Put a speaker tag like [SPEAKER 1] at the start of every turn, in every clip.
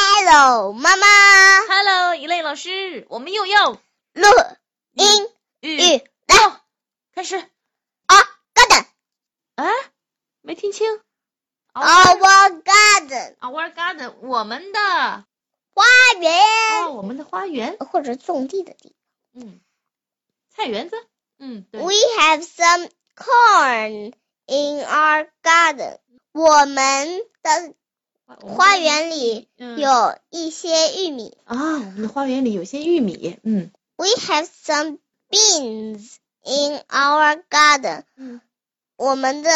[SPEAKER 1] Hello，妈妈
[SPEAKER 2] Hello，一类老师，我们又要
[SPEAKER 1] 录音
[SPEAKER 2] 语
[SPEAKER 1] 语来
[SPEAKER 2] 开始
[SPEAKER 1] 啊，garden
[SPEAKER 2] 啊？没听清
[SPEAKER 1] our 哦 garden
[SPEAKER 2] 哦 our garden，我们的
[SPEAKER 1] 花
[SPEAKER 2] 啊，
[SPEAKER 1] 园
[SPEAKER 2] 我们的花园，
[SPEAKER 1] 或者种地的地。
[SPEAKER 2] 嗯，菜园子，嗯，对，
[SPEAKER 1] We have some corn in our garden。我们的
[SPEAKER 2] 我们的
[SPEAKER 1] 花园里
[SPEAKER 2] 嗯
[SPEAKER 1] 有一些玉米。
[SPEAKER 2] 啊，我们的花园里有些玉米，嗯
[SPEAKER 1] We have some beans in our garden。
[SPEAKER 2] 嗯，
[SPEAKER 1] 我们的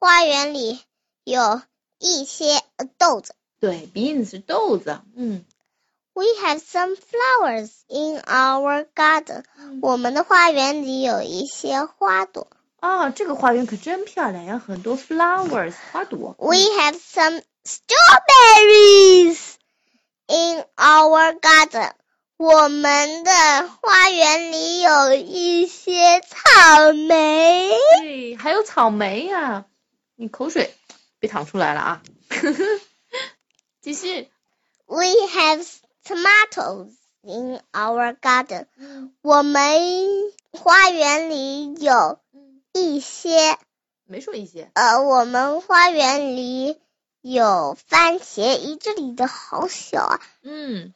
[SPEAKER 1] 花园里有一些呃豆子。
[SPEAKER 2] 对，beans 是豆子，嗯，
[SPEAKER 1] We have some flowers in our garden。
[SPEAKER 2] 嗯
[SPEAKER 1] 我们的花园里有一些花朵。
[SPEAKER 2] 啊，这个花园可真漂亮，有很多 flowers 花朵。
[SPEAKER 1] We have some strawberries in our garden。我们的花园里有一些草莓。
[SPEAKER 2] 对，还有草莓呀、你口水别淌出来了啊！ 继续，
[SPEAKER 1] We have tomatoes in our garden。我
[SPEAKER 2] 嗯
[SPEAKER 1] 们花园里有
[SPEAKER 2] 嗯，
[SPEAKER 1] 一些，
[SPEAKER 2] 没说一些，
[SPEAKER 1] 呃，我们花园里有番茄。咦，这里的好小啊，
[SPEAKER 2] 嗯，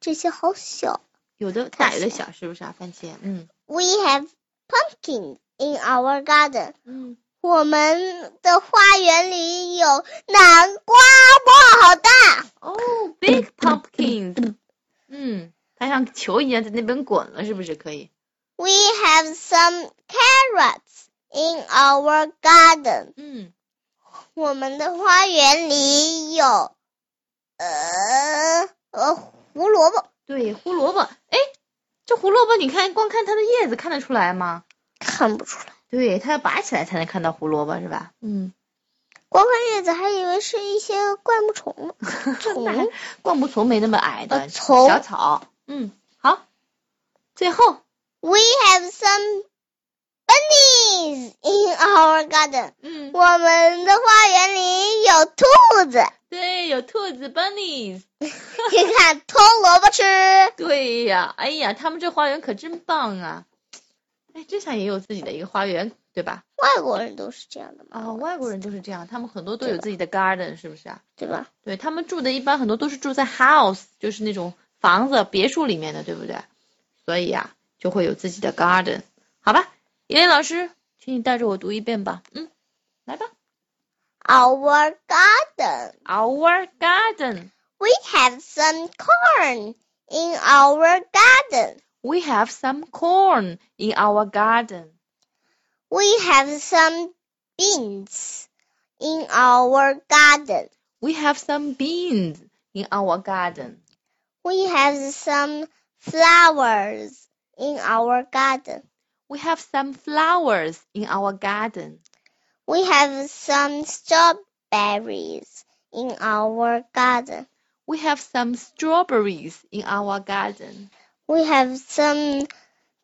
[SPEAKER 1] 这些好小。
[SPEAKER 2] 有的大，
[SPEAKER 1] 看
[SPEAKER 2] 有的
[SPEAKER 1] 起
[SPEAKER 2] 小，是不是啊？番茄，嗯
[SPEAKER 1] We have pumpkins in our garden。
[SPEAKER 2] 嗯，
[SPEAKER 1] 我们的花园里有南瓜，哇，好大！
[SPEAKER 2] 哦，big pumpkin，嗯，它像球一样在那边滚了，是不是可以？
[SPEAKER 1] We have some carrots in our garden。
[SPEAKER 2] 嗯，
[SPEAKER 1] 我们的花园里有，呃呃，胡萝卜，
[SPEAKER 2] 对，胡萝卜，哎，这胡萝卜你看，光看它的叶子看得出来吗？
[SPEAKER 1] 看不出来，
[SPEAKER 2] 对，它要拔起来才能看到胡萝卜，是吧？嗯，
[SPEAKER 1] 光看叶子还以为是一些灌木丛呢。
[SPEAKER 2] 那
[SPEAKER 1] 丛
[SPEAKER 2] 还灌木丛没那么矮的，
[SPEAKER 1] 呃丛
[SPEAKER 2] 小草。哦嗯，好，最后
[SPEAKER 1] We have some bunnies in our garden。
[SPEAKER 2] 嗯，
[SPEAKER 1] 我们的花园里有兔 子，
[SPEAKER 2] 对，有兔子 bunnies。
[SPEAKER 1] 你看偷萝卜吃。
[SPEAKER 2] 对呀，哎呀，他们这花园可真棒啊！哎，真想也有自己的一个花园，对吧？
[SPEAKER 1] 外国人都是这样的
[SPEAKER 2] 啊、
[SPEAKER 1] 嘛，
[SPEAKER 2] 外国人都是这样，他们很多都
[SPEAKER 1] 对
[SPEAKER 2] 有自己的 garden，是不是啊？
[SPEAKER 1] 对吧？
[SPEAKER 2] 对他们住的，一般很多都是住在 house，就是那种房子、别墅里面的，对不对？所以呀、就会有自己的 garden，好吧？一位老师，请你带着我读一遍吧。嗯，来吧。
[SPEAKER 1] Our garden,
[SPEAKER 2] Our garden,
[SPEAKER 1] we have some corn in our garden.
[SPEAKER 2] we have some corn in our garden.
[SPEAKER 1] We have some beans in our garden.
[SPEAKER 2] We have some beans in our garden.
[SPEAKER 1] We have some flowers in our garden.
[SPEAKER 2] We have some flowers in our garden.
[SPEAKER 1] We have some strawberries in our garden.
[SPEAKER 2] We have some strawberries in our garden.
[SPEAKER 1] We have some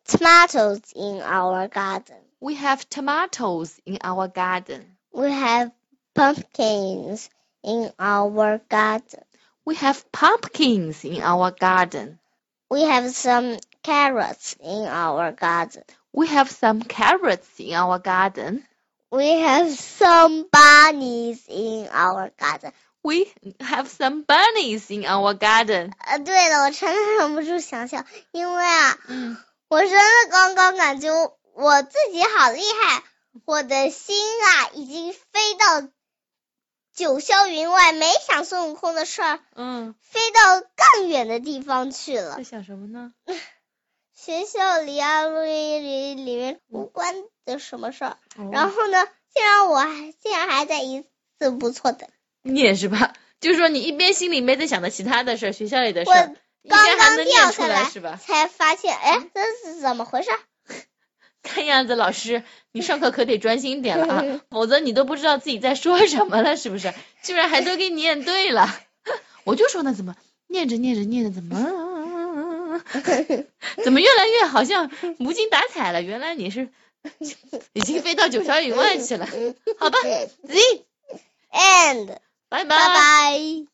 [SPEAKER 1] tomatoes in our garden.
[SPEAKER 2] We have tomatoes in our garden.
[SPEAKER 1] We have pumpkins in our garden.
[SPEAKER 2] We have pumpkins in our garden.
[SPEAKER 1] We have some carrots in our garden.
[SPEAKER 2] We have some carrots in our garden.
[SPEAKER 1] We have some bunnies in our garden.
[SPEAKER 2] We have some bunnies in our garden.
[SPEAKER 1] 呃，对了，我真的忍不住想笑，因为啊，我真的刚刚感觉我自己好厉害，我的心啊已经飞到九霄云外，没想孙悟空的事儿，飞到更远的地方去了。学校里啊，录音里里面无关的什么事儿。
[SPEAKER 2] 哦
[SPEAKER 1] 然后呢，竟然我还竟然还在一次不错的，
[SPEAKER 2] 你也是吧？ 就是说，你一边心里没在想着其他的事儿，学校里的事
[SPEAKER 1] 我
[SPEAKER 2] 儿，一边
[SPEAKER 1] 刚
[SPEAKER 2] 啊还
[SPEAKER 1] 刚
[SPEAKER 2] 能
[SPEAKER 1] 掉
[SPEAKER 2] 念出
[SPEAKER 1] 下
[SPEAKER 2] 来
[SPEAKER 1] 来
[SPEAKER 2] 是吧？嗯
[SPEAKER 1] 才发现，哎，这是怎么回 事？
[SPEAKER 2] 看样子，老师，你上课可得专心点了啊，否则你都不知道自己在说什么了，是不是？居然还都给你念对了， 我就说呢，怎么念着念着念着，怎么怎么越来越好像无精打采了？原来你是 已经飞到九霄云外去了，好吧
[SPEAKER 1] 嗯
[SPEAKER 2] ，Z，
[SPEAKER 1] ，and
[SPEAKER 2] 拜
[SPEAKER 1] 拜
[SPEAKER 2] 拜。
[SPEAKER 1] 拜。